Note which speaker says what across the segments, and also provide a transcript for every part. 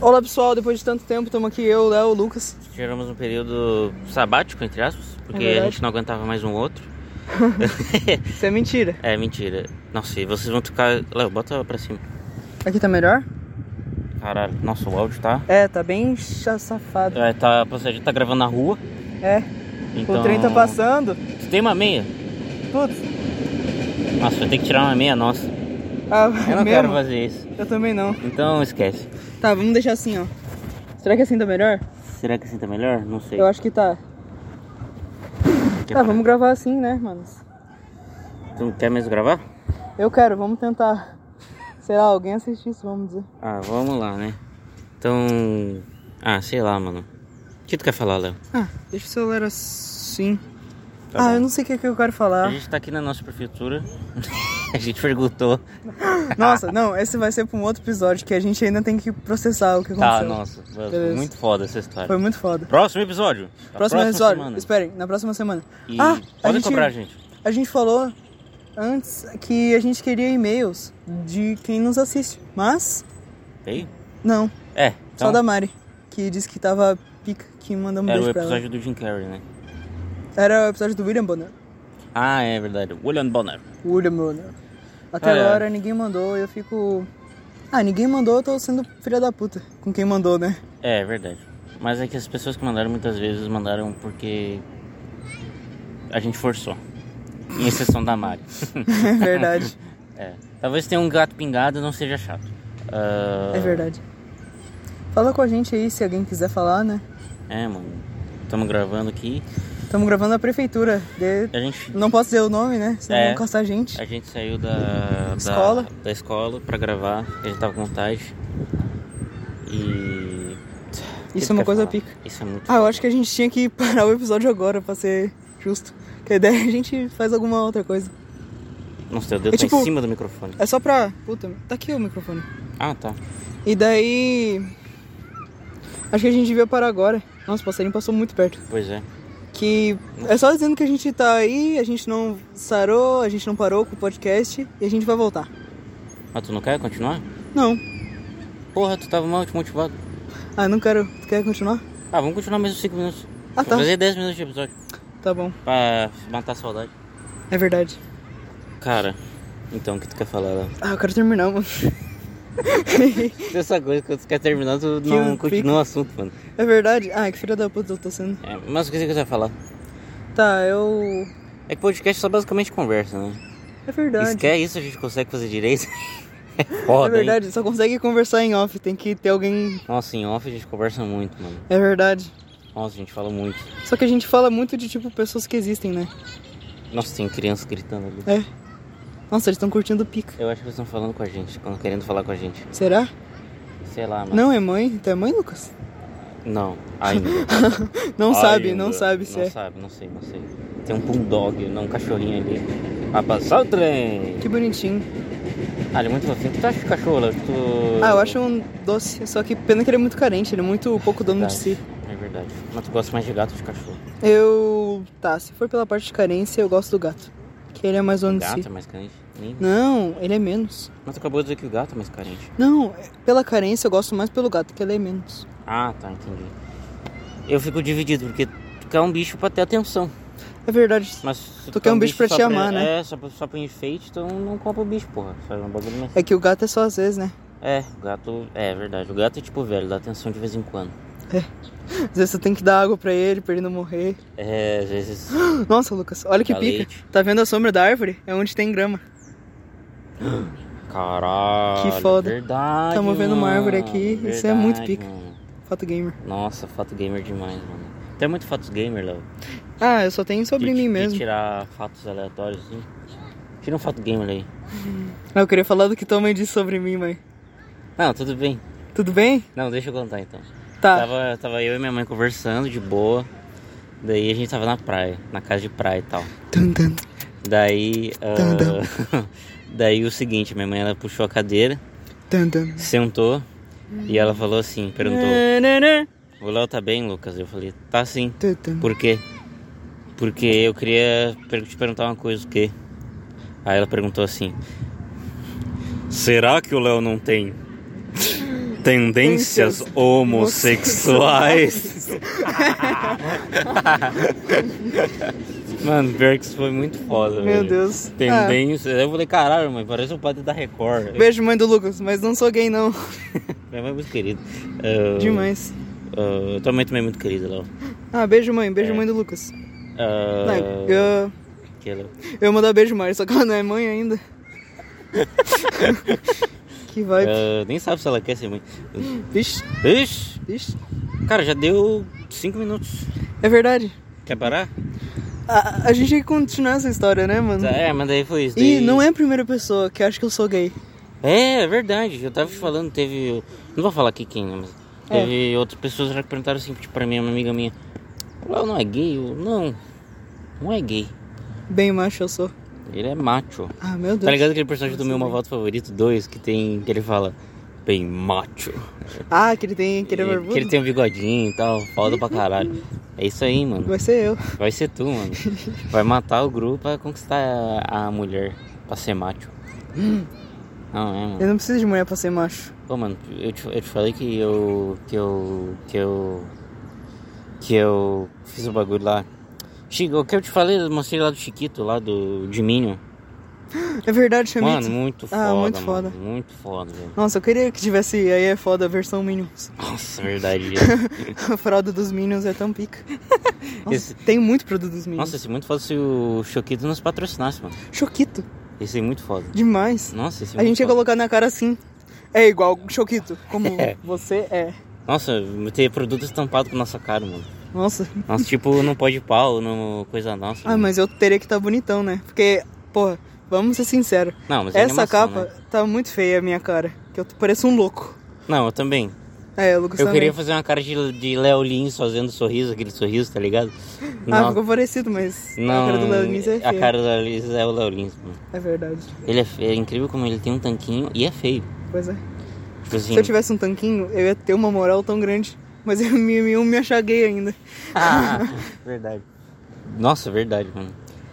Speaker 1: Olá pessoal, depois de tanto tempo, estamos aqui eu, Léo, Lucas.
Speaker 2: Tivemos um período sabático, entre aspas, porque a
Speaker 1: É verdade.
Speaker 2: gente não aguentava mais um outro.
Speaker 1: Isso é mentira.
Speaker 2: É, mentira. Nossa, e vocês vão tocar. Léo, bota pra cima.
Speaker 1: Aqui tá melhor?
Speaker 2: Caralho, nossa, o áudio tá.
Speaker 1: É, tá bem cha- safado.
Speaker 2: É, tá você já tá gravando na rua.
Speaker 1: É,
Speaker 2: Então...
Speaker 1: o trem tá passando.
Speaker 2: Tu tem uma meia?
Speaker 1: Putz,
Speaker 2: Nossa, vai ter que tirar uma meia nossa. Eu
Speaker 1: ah,
Speaker 2: não
Speaker 1: mesmo?
Speaker 2: quero fazer isso.
Speaker 1: Eu também não.
Speaker 2: Então esquece.
Speaker 1: Tá, vamos deixar assim, ó. Será que assim tá melhor?
Speaker 2: Será que assim tá melhor? Não sei.
Speaker 1: Eu acho que tá. Tá,
Speaker 2: Quer parar?
Speaker 1: vamos gravar assim, né, manos?
Speaker 2: Tu não quer mesmo gravar?
Speaker 1: Eu quero, vamos tentar. Sei lá, alguém assistir isso, vamos dizer.
Speaker 2: Ah, vamos lá, né? Então. Ah, sei lá, mano. O que tu quer falar, Léo?
Speaker 1: Ah, deixa o celular assim.
Speaker 2: Tá
Speaker 1: ah,
Speaker 2: bom.
Speaker 1: eu não sei o que, que eu quero
Speaker 2: A
Speaker 1: falar.
Speaker 2: gente tá aqui na nossa prefeitura. a gente perguntou.
Speaker 1: Nossa, não, esse vai ser pra um outro episódio que a gente ainda tem que processar o que
Speaker 2: Tá,
Speaker 1: aconteceu.
Speaker 2: nossa. mano,
Speaker 1: Beleza.
Speaker 2: Muito foda essa história.
Speaker 1: Foi muito foda.
Speaker 2: Próximo episódio. Na
Speaker 1: Próximo episódio,
Speaker 2: semana.
Speaker 1: esperem, na próxima semana.
Speaker 2: E
Speaker 1: Ah, a
Speaker 2: podem
Speaker 1: gente,
Speaker 2: cobrar, gente.
Speaker 1: a gente falou antes que a gente queria e-mails de quem nos assiste, mas
Speaker 2: Tem?
Speaker 1: não,
Speaker 2: É.
Speaker 1: só
Speaker 2: Então,
Speaker 1: da Mari, que disse que tava pica, que manda um
Speaker 2: era o
Speaker 1: beijo pra ela.
Speaker 2: episódio do Jim Carrey, né?
Speaker 1: Era o episódio do William Bonner.
Speaker 2: Ah, é verdade. William Bonner.
Speaker 1: William Bonner. Até
Speaker 2: Olha.
Speaker 1: agora ninguém mandou, eu fico... Ah, ninguém mandou, eu tô sendo filha da puta com quem mandou, né?
Speaker 2: É, é verdade. Mas é que as pessoas que mandaram muitas vezes mandaram porque a gente forçou. Em exceção da Mari.
Speaker 1: É verdade,
Speaker 2: é. Talvez ter um gato pingado não seja chato. Ah,
Speaker 1: é verdade. Fala com a gente aí se alguém quiser falar, né?
Speaker 2: É, mano. Estamos gravando aqui.
Speaker 1: Estamos gravando na prefeitura. De...
Speaker 2: A gente,
Speaker 1: Não posso dizer o nome, né? Senão
Speaker 2: É.
Speaker 1: vão caçar a gente.
Speaker 2: a gente saiu da, da
Speaker 1: Escola.
Speaker 2: da escola para gravar. A gente tava com vontade. E que
Speaker 1: Isso
Speaker 2: tu
Speaker 1: é uma
Speaker 2: quer
Speaker 1: coisa
Speaker 2: falar?
Speaker 1: pica.
Speaker 2: Isso é muito.
Speaker 1: Ah, eu acho que a gente tinha que parar o episódio agora, pra ser justo. Porque a ideia é a gente faz alguma outra coisa.
Speaker 2: Nossa, teu dedo
Speaker 1: É
Speaker 2: tá
Speaker 1: tipo-
Speaker 2: em cima do microfone.
Speaker 1: É só pra. Puta, tá aqui o microfone.
Speaker 2: Ah, tá.
Speaker 1: E daí. Acho que a gente devia parar agora. Nossa, o passarinho passou muito perto.
Speaker 2: Pois é.
Speaker 1: Que é só dizendo que a gente tá aí, a gente não sarou, a gente não parou com o podcast e a gente vai voltar.
Speaker 2: Mas tu não quer continuar?
Speaker 1: Não.
Speaker 2: Porra, tu tava mal desmotivado.
Speaker 1: Ah, não quero. Tu quer continuar?
Speaker 2: Ah, vamos continuar mais uns 5 minutos.
Speaker 1: Ah,
Speaker 2: Vou
Speaker 1: tá.
Speaker 2: Fazer 10 minutos de episódio.
Speaker 1: Tá bom.
Speaker 2: Pra matar a saudade.
Speaker 1: É verdade.
Speaker 2: Cara, então o que tu quer falar lá?
Speaker 1: Ah, eu quero terminar, mano.
Speaker 2: Essa coisa, quando tu quer terminar, tu não
Speaker 1: pica.
Speaker 2: continua o assunto, mano.
Speaker 1: É verdade? Ah, que filha da puta eu tô sendo.
Speaker 2: É, mas o que você quer falar?
Speaker 1: Tá, eu.
Speaker 2: É que podcast só basicamente conversa, né?
Speaker 1: É
Speaker 2: Se
Speaker 1: verdade.
Speaker 2: quer isso, a gente consegue fazer direito. é foda,
Speaker 1: é
Speaker 2: hein?
Speaker 1: verdade, só consegue conversar em off, tem que ter alguém.
Speaker 2: Nossa, em off a gente conversa muito, mano.
Speaker 1: É verdade.
Speaker 2: Nossa, a gente fala muito.
Speaker 1: Só que a gente fala muito de tipo pessoas que existem, né?
Speaker 2: Nossa, tem criança gritando ali.
Speaker 1: É. Nossa, eles estão curtindo o pica.
Speaker 2: Eu acho que eles estão falando com a gente, quando querendo falar com a gente.
Speaker 1: Será?
Speaker 2: Sei lá, mano.
Speaker 1: Não é mãe? Tu é mãe, Lucas?
Speaker 2: Não, ainda.
Speaker 1: Não sabe,
Speaker 2: Ainda.
Speaker 1: não sabe se
Speaker 2: Não
Speaker 1: é.
Speaker 2: sabe, não sei, não sei. Tem um bulldog, não, um cachorrinho ali. Vai passar o trem!
Speaker 1: Que bonitinho.
Speaker 2: Ah, ele é muito fofinho. O que tu acha de cachorro, Léo? Que Tu...
Speaker 1: Ah, eu acho um doce, só que pena que ele é muito carente, ele é muito pouco dono de si.
Speaker 2: É verdade. Mas tu gosta mais de gato ou de cachorro?
Speaker 1: Eu. Tá, se for pela parte de carência, eu gosto do gato. Que ele é mais dono de
Speaker 2: gato é
Speaker 1: si.
Speaker 2: mais carente? Nem...
Speaker 1: Não, ele é menos.
Speaker 2: Mas tu acabou de dizer que o gato é mais carente.
Speaker 1: Não, pela carência eu gosto mais pelo gato, que ele é menos.
Speaker 2: Ah, tá, entendi. Eu fico dividido, porque tu quer um bicho pra ter atenção.
Speaker 1: É verdade.
Speaker 2: Mas se
Speaker 1: Tu quer um bicho pra
Speaker 2: só
Speaker 1: te amar, né?
Speaker 2: É, só pra, só pra enfeite, então não compra o bicho, porra. Só é um bagulho mais...
Speaker 1: É que o gato é só às vezes, né?
Speaker 2: É, o gato... É, é verdade. O gato é tipo velho, dá atenção de vez em quando.
Speaker 1: Às vezes você tem que dar água pra ele, pra ele não morrer.
Speaker 2: É, às vezes...
Speaker 1: Nossa, Lucas, olha que
Speaker 2: dá
Speaker 1: pica.
Speaker 2: leite.
Speaker 1: Tá vendo a sombra da árvore? É onde tem grama. Que
Speaker 2: Caralho.
Speaker 1: foda.
Speaker 2: Verdade.
Speaker 1: Tamo vendo uma
Speaker 2: mano,
Speaker 1: árvore aqui, isso é muito
Speaker 2: verdade,
Speaker 1: pica.
Speaker 2: mano.
Speaker 1: Foto gamer.
Speaker 2: Nossa, foto gamer demais, mano. Tem muito fotos gamer, Léo.
Speaker 1: Ah, eu só tenho sobre
Speaker 2: De-
Speaker 1: mim
Speaker 2: de
Speaker 1: mesmo.
Speaker 2: tirar fotos aleatórias assim. Tira um foto gamer aí.
Speaker 1: Ah, Eu queria falar do que tua mãe disse sobre mim, mãe.
Speaker 2: Não, tudo bem.
Speaker 1: Tudo bem?
Speaker 2: Não, deixa eu contar então.
Speaker 1: Tá.
Speaker 2: Tava, tava eu e minha mãe conversando de boa. Daí a gente tava na praia, na casa de praia e tal.
Speaker 1: Tum, tum.
Speaker 2: Daí. ah,
Speaker 1: Tum,
Speaker 2: daí o seguinte, minha mãe ela puxou a cadeira,
Speaker 1: Tum, tum.
Speaker 2: sentou e ela falou assim, perguntou,
Speaker 1: Nananã.
Speaker 2: o Léo tá bem, Lucas? Eu falei, tá sim.
Speaker 1: Tum, tum.
Speaker 2: Por quê? Porque eu queria per- te perguntar uma coisa, o quê? Aí ela perguntou assim: Será que o Léo não tem? Tendências homossexuais. Mano, pior que isso foi muito foda,
Speaker 1: Meu
Speaker 2: velho.
Speaker 1: Deus.
Speaker 2: Tendências. Eu falei, caralho, mãe, parece o padre da Record.
Speaker 1: Beijo, mãe do Lucas, mas não sou gay, não.
Speaker 2: Minha mãe é muito querida. Ah,
Speaker 1: Demais.
Speaker 2: ah, tua mãe também é muito querida, Léo.
Speaker 1: Ah, beijo, mãe. Beijo,
Speaker 2: É.
Speaker 1: mãe do Lucas.
Speaker 2: Ah,
Speaker 1: Não, eu,
Speaker 2: que Léo?
Speaker 1: eu ia mandar beijo, Mari, só que ela não é mãe ainda. que vibe.
Speaker 2: Ah, nem sabe se ela quer ser mãe.
Speaker 1: Vixe,
Speaker 2: Ixi,
Speaker 1: vixe.
Speaker 2: cara, já deu cinco minutos.
Speaker 1: É verdade.
Speaker 2: Quer parar?
Speaker 1: A, a gente tem que continuar essa história, né, mano?
Speaker 2: Tá, É, mas daí foi isso.
Speaker 1: E
Speaker 2: daí-
Speaker 1: não é a primeira pessoa que acha que eu sou gay.
Speaker 2: É, é verdade. Eu tava falando, teve. Não vou falar aqui quem, né? Mas
Speaker 1: É.
Speaker 2: teve outras pessoas já que perguntaram assim, tipo, pra mim, uma amiga minha. O Léo não é gay? Eu, não. Não é gay.
Speaker 1: Bem macho eu sou.
Speaker 2: Ele é macho.
Speaker 1: Ah, meu Deus.
Speaker 2: Tá ligado aquele personagem do meu Malvado Favorito 2 que tem. que ele fala. Bem macho.
Speaker 1: Ah, que ele tem
Speaker 2: E-
Speaker 1: aquele barbudo.
Speaker 2: que ele tem um bigodinho e tal, foda pra caralho. É isso aí, mano.
Speaker 1: Vai ser eu.
Speaker 2: Vai ser tu, mano. Vai matar o grupo pra conquistar a a mulher pra ser macho. Não é, mano.
Speaker 1: Eu não preciso de mulher pra ser macho.
Speaker 2: Pô, mano, eu te, eu te falei que eu. que eu. que eu. que eu fiz o bagulho lá. Chico, o que eu te falei, eu mostrei lá do Chiquito, lá do de Minion.
Speaker 1: É verdade,
Speaker 2: Mano,
Speaker 1: Chamito.
Speaker 2: muito foda.
Speaker 1: Ah, muito
Speaker 2: mano,
Speaker 1: foda.
Speaker 2: Muito foda, velho.
Speaker 1: Nossa, eu queria que tivesse aí é foda a versão Minions.
Speaker 2: Nossa, é verdade.
Speaker 1: a fralda dos Minions é tão pica. Nossa,
Speaker 2: Esse-
Speaker 1: tem muito produto dos Minions.
Speaker 2: Nossa, ia ser muito foda se o Chiquito nos patrocinasse, mano.
Speaker 1: Choquito,
Speaker 2: Ia ser muito foda.
Speaker 1: demais.
Speaker 2: Nossa, ia
Speaker 1: a
Speaker 2: ser muito
Speaker 1: gente ia
Speaker 2: foda.
Speaker 1: colocar na cara assim. É igual Choquito, como
Speaker 2: É.
Speaker 1: você é.
Speaker 2: Nossa, ter produto estampado com nossa cara, mano.
Speaker 1: Nossa.
Speaker 2: Nossa, tipo, não pode pau, não coisa nossa.
Speaker 1: Ah, mas eu teria que estar bonitão, né? Porque, porra, vamos ser sinceros.
Speaker 2: Não, mas é
Speaker 1: Essa
Speaker 2: animação,
Speaker 1: capa
Speaker 2: né?
Speaker 1: tá muito feia a minha cara. Que eu pareço um louco.
Speaker 2: Não, eu também.
Speaker 1: É, o Lucas
Speaker 2: Eu
Speaker 1: também.
Speaker 2: queria fazer uma cara de, de Léo Lins fazendo sorriso, aquele sorriso, tá ligado?
Speaker 1: Ah,
Speaker 2: Não,
Speaker 1: ficou parecido, mas
Speaker 2: não,
Speaker 1: a cara do Léo Lins é
Speaker 2: a
Speaker 1: feia.
Speaker 2: cara do Léo Lins é o Léo Lins, mano.
Speaker 1: É verdade.
Speaker 2: Ele é, feio, é incrível como ele tem um tanquinho e é feio.
Speaker 1: Pois é.
Speaker 2: Tipo assim,
Speaker 1: Se eu tivesse um tanquinho, eu ia ter uma moral tão grande. Mas eu me, me, eu me achar gay ainda.
Speaker 2: Ah, verdade. Nossa, verdade, mano.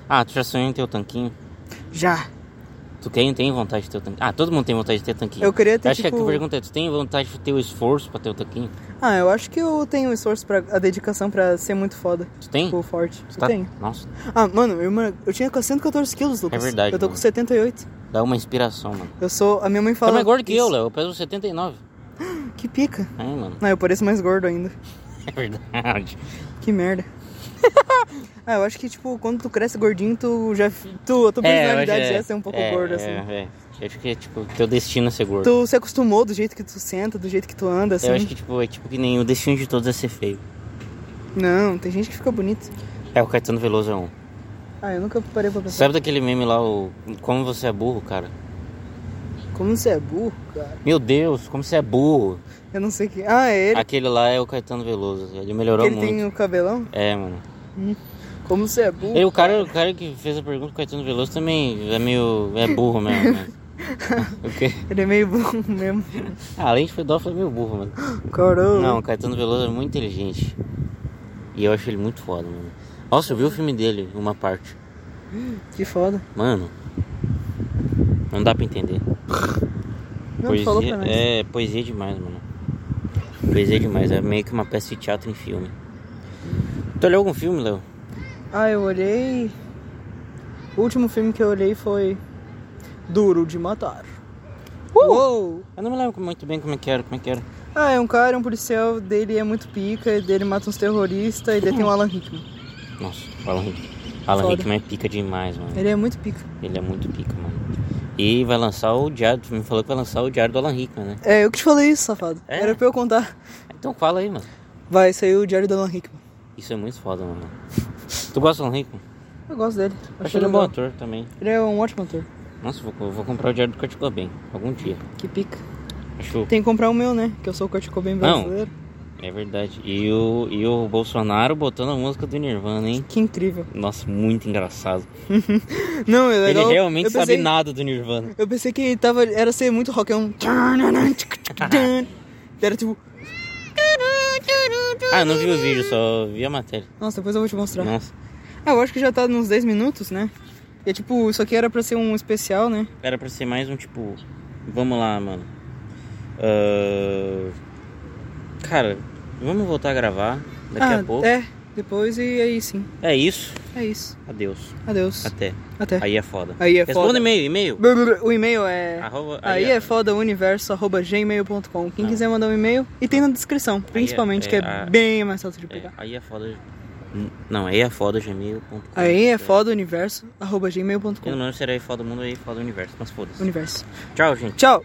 Speaker 2: Ah, tu já sonhou em ter o tanquinho?
Speaker 1: Já.
Speaker 2: Tu quem tem vontade de ter o tanquinho? Ah, todo mundo tem vontade de ter tanquinho.
Speaker 1: Eu queria ter,
Speaker 2: Acho que a
Speaker 1: tipo-
Speaker 2: pergunta é, tu tem vontade de ter o esforço pra ter o tanquinho?
Speaker 1: Ah, eu acho que eu tenho o esforço, pra, a dedicação pra ser muito foda.
Speaker 2: Tu tem?
Speaker 1: Tipo, forte.
Speaker 2: Tu tá-
Speaker 1: Eu tenho.
Speaker 2: Nossa,
Speaker 1: Ah, mano, eu, mano, eu tinha 114 quilos, Lucas.
Speaker 2: É verdade,
Speaker 1: Eu tô
Speaker 2: mano.
Speaker 1: com 78.
Speaker 2: dá uma inspiração, mano.
Speaker 1: Eu sou... A minha mãe
Speaker 2: Tu é
Speaker 1: fala...
Speaker 2: mais gordo que eu,
Speaker 1: "Isso,
Speaker 2: Léo. Eu peso 79.
Speaker 1: Que pica.
Speaker 2: Aí, É, mano.
Speaker 1: Não, eu pareço mais gordo ainda.
Speaker 2: É verdade.
Speaker 1: Que merda. ah, eu acho que, tipo, quando tu cresce gordinho, tu já... Tu, a tua
Speaker 2: eu acho
Speaker 1: personalidade
Speaker 2: que
Speaker 1: já é ser um pouco
Speaker 2: é,
Speaker 1: gordo,
Speaker 2: é,
Speaker 1: assim.
Speaker 2: É, Eu acho que é tipo, teu destino é ser gordo.
Speaker 1: Tu se acostumou do jeito que tu senta, do jeito que tu anda, assim.
Speaker 2: Eu acho que tipo, é tipo que nem o destino de todos é ser feio.
Speaker 1: Não, tem gente que fica bonito.
Speaker 2: É, o Caetano Veloso é um.
Speaker 1: Ah, eu nunca parei pra pensar.
Speaker 2: Sabe daquele meme lá, o Como Você é Burro, cara?
Speaker 1: Como você é burro, cara?
Speaker 2: Meu Deus, como você é burro.
Speaker 1: Eu não sei que. Ah, é ele.
Speaker 2: Aquele lá é o Caetano Veloso, ele melhorou
Speaker 1: ele
Speaker 2: muito.
Speaker 1: tem um- o cabelão?
Speaker 2: É, mano.
Speaker 1: Como você é burro?
Speaker 2: E o cara, o cara que fez a pergunta, o Caetano Veloso, também é meio... é burro mesmo, né? o quê?
Speaker 1: Ele é meio burro mesmo.
Speaker 2: Ah, além de pedófilo, é meio burro, mano.
Speaker 1: Coroa.
Speaker 2: Não, o Caetano Veloso é muito inteligente. E eu acho ele muito foda, mano. Nossa, eu vi o filme dele, uma parte.
Speaker 1: Que foda.
Speaker 2: Mano, não dá pra entender.
Speaker 1: Não, tu falou pra nós.
Speaker 2: é poesia demais, mano. Poesia demais, é meio que uma peça de teatro em filme. Tu olhou algum filme, Léo?
Speaker 1: Ah, eu olhei. O último filme que eu olhei foi. Duro de Matar.
Speaker 2: Uh!
Speaker 1: Uou!
Speaker 2: Eu não me lembro muito bem como é que era, como é que era.
Speaker 1: Ah, é um cara, é um policial, dele é muito pica, e dele mata uns terroristas e dele tem o Alan Rickman.
Speaker 2: Nossa, o Alan Rickman. Alan
Speaker 1: Foda.
Speaker 2: Rickman é pica demais, mano.
Speaker 1: Ele é muito pica.
Speaker 2: Ele é muito pica, mano. E vai lançar o diário, tu me falou que vai lançar o diário do Alan Rickman, né?
Speaker 1: É, eu que te falei isso, safado.
Speaker 2: É?
Speaker 1: Era pra eu contar.
Speaker 2: Então fala aí, mano.
Speaker 1: Vai, saiu o Diário do Alan Rickman.
Speaker 2: Isso é muito foda, mano. Tu gosta do Alan Rickman?
Speaker 1: Eu gosto dele.
Speaker 2: Acho ele um bom
Speaker 1: legal.
Speaker 2: ator também.
Speaker 1: Ele é um ótimo ator.
Speaker 2: Nossa, eu vou, eu vou comprar o Diário do Kurt Cobain algum dia.
Speaker 1: Que pica.
Speaker 2: Acho.
Speaker 1: Tem que comprar o meu, né? Que eu sou o Kurt Cobain
Speaker 2: Não.
Speaker 1: brasileiro.
Speaker 2: É verdade. E o, e o Bolsonaro botando a música do Nirvana, hein?
Speaker 1: Que incrível.
Speaker 2: Nossa, muito engraçado.
Speaker 1: Não, é legal.
Speaker 2: Ele realmente
Speaker 1: eu pensei,
Speaker 2: sabe nada do Nirvana.
Speaker 1: Eu pensei que tava, era ser muito rock. É um... Era tipo...
Speaker 2: Ah, eu não vi o vídeo, só vi a matéria.
Speaker 1: Nossa, depois eu vou te mostrar.
Speaker 2: Nossa,
Speaker 1: Ah, eu acho que já tá nos 10 minutos, né? E é tipo, isso aqui era pra ser um especial, né?
Speaker 2: era pra ser mais um tipo. Vamos lá, mano. Ah, cara, vamos voltar a gravar daqui
Speaker 1: ah,
Speaker 2: a pouco. É.
Speaker 1: É, depois e aí sim.
Speaker 2: isso.
Speaker 1: É isso.
Speaker 2: Adeus.
Speaker 1: Adeus.
Speaker 2: Até.
Speaker 1: Até.
Speaker 2: Aí é foda.
Speaker 1: Aí é
Speaker 2: Responda
Speaker 1: foda.
Speaker 2: e-mail, e-mail.
Speaker 1: Brr, brr, brr. O e-mail é.
Speaker 2: Arroba-
Speaker 1: aí,
Speaker 2: aí
Speaker 1: é
Speaker 2: é-
Speaker 1: foda universo arroba gmail.com. Quem
Speaker 2: Não.
Speaker 1: quiser mandar um e-mail, e tem na descrição, principalmente,
Speaker 2: é-
Speaker 1: que é
Speaker 2: a-
Speaker 1: bem mais fácil de
Speaker 2: É,
Speaker 1: pegar.
Speaker 2: aí é foda. Não, aí é foda gmail.com.
Speaker 1: Aí é foda universo arroba gmail.com.
Speaker 2: Eu não serei foda do mundo aí, foda do universo, mas foda-se.
Speaker 1: Universo.
Speaker 2: Tchau, gente.
Speaker 1: Tchau!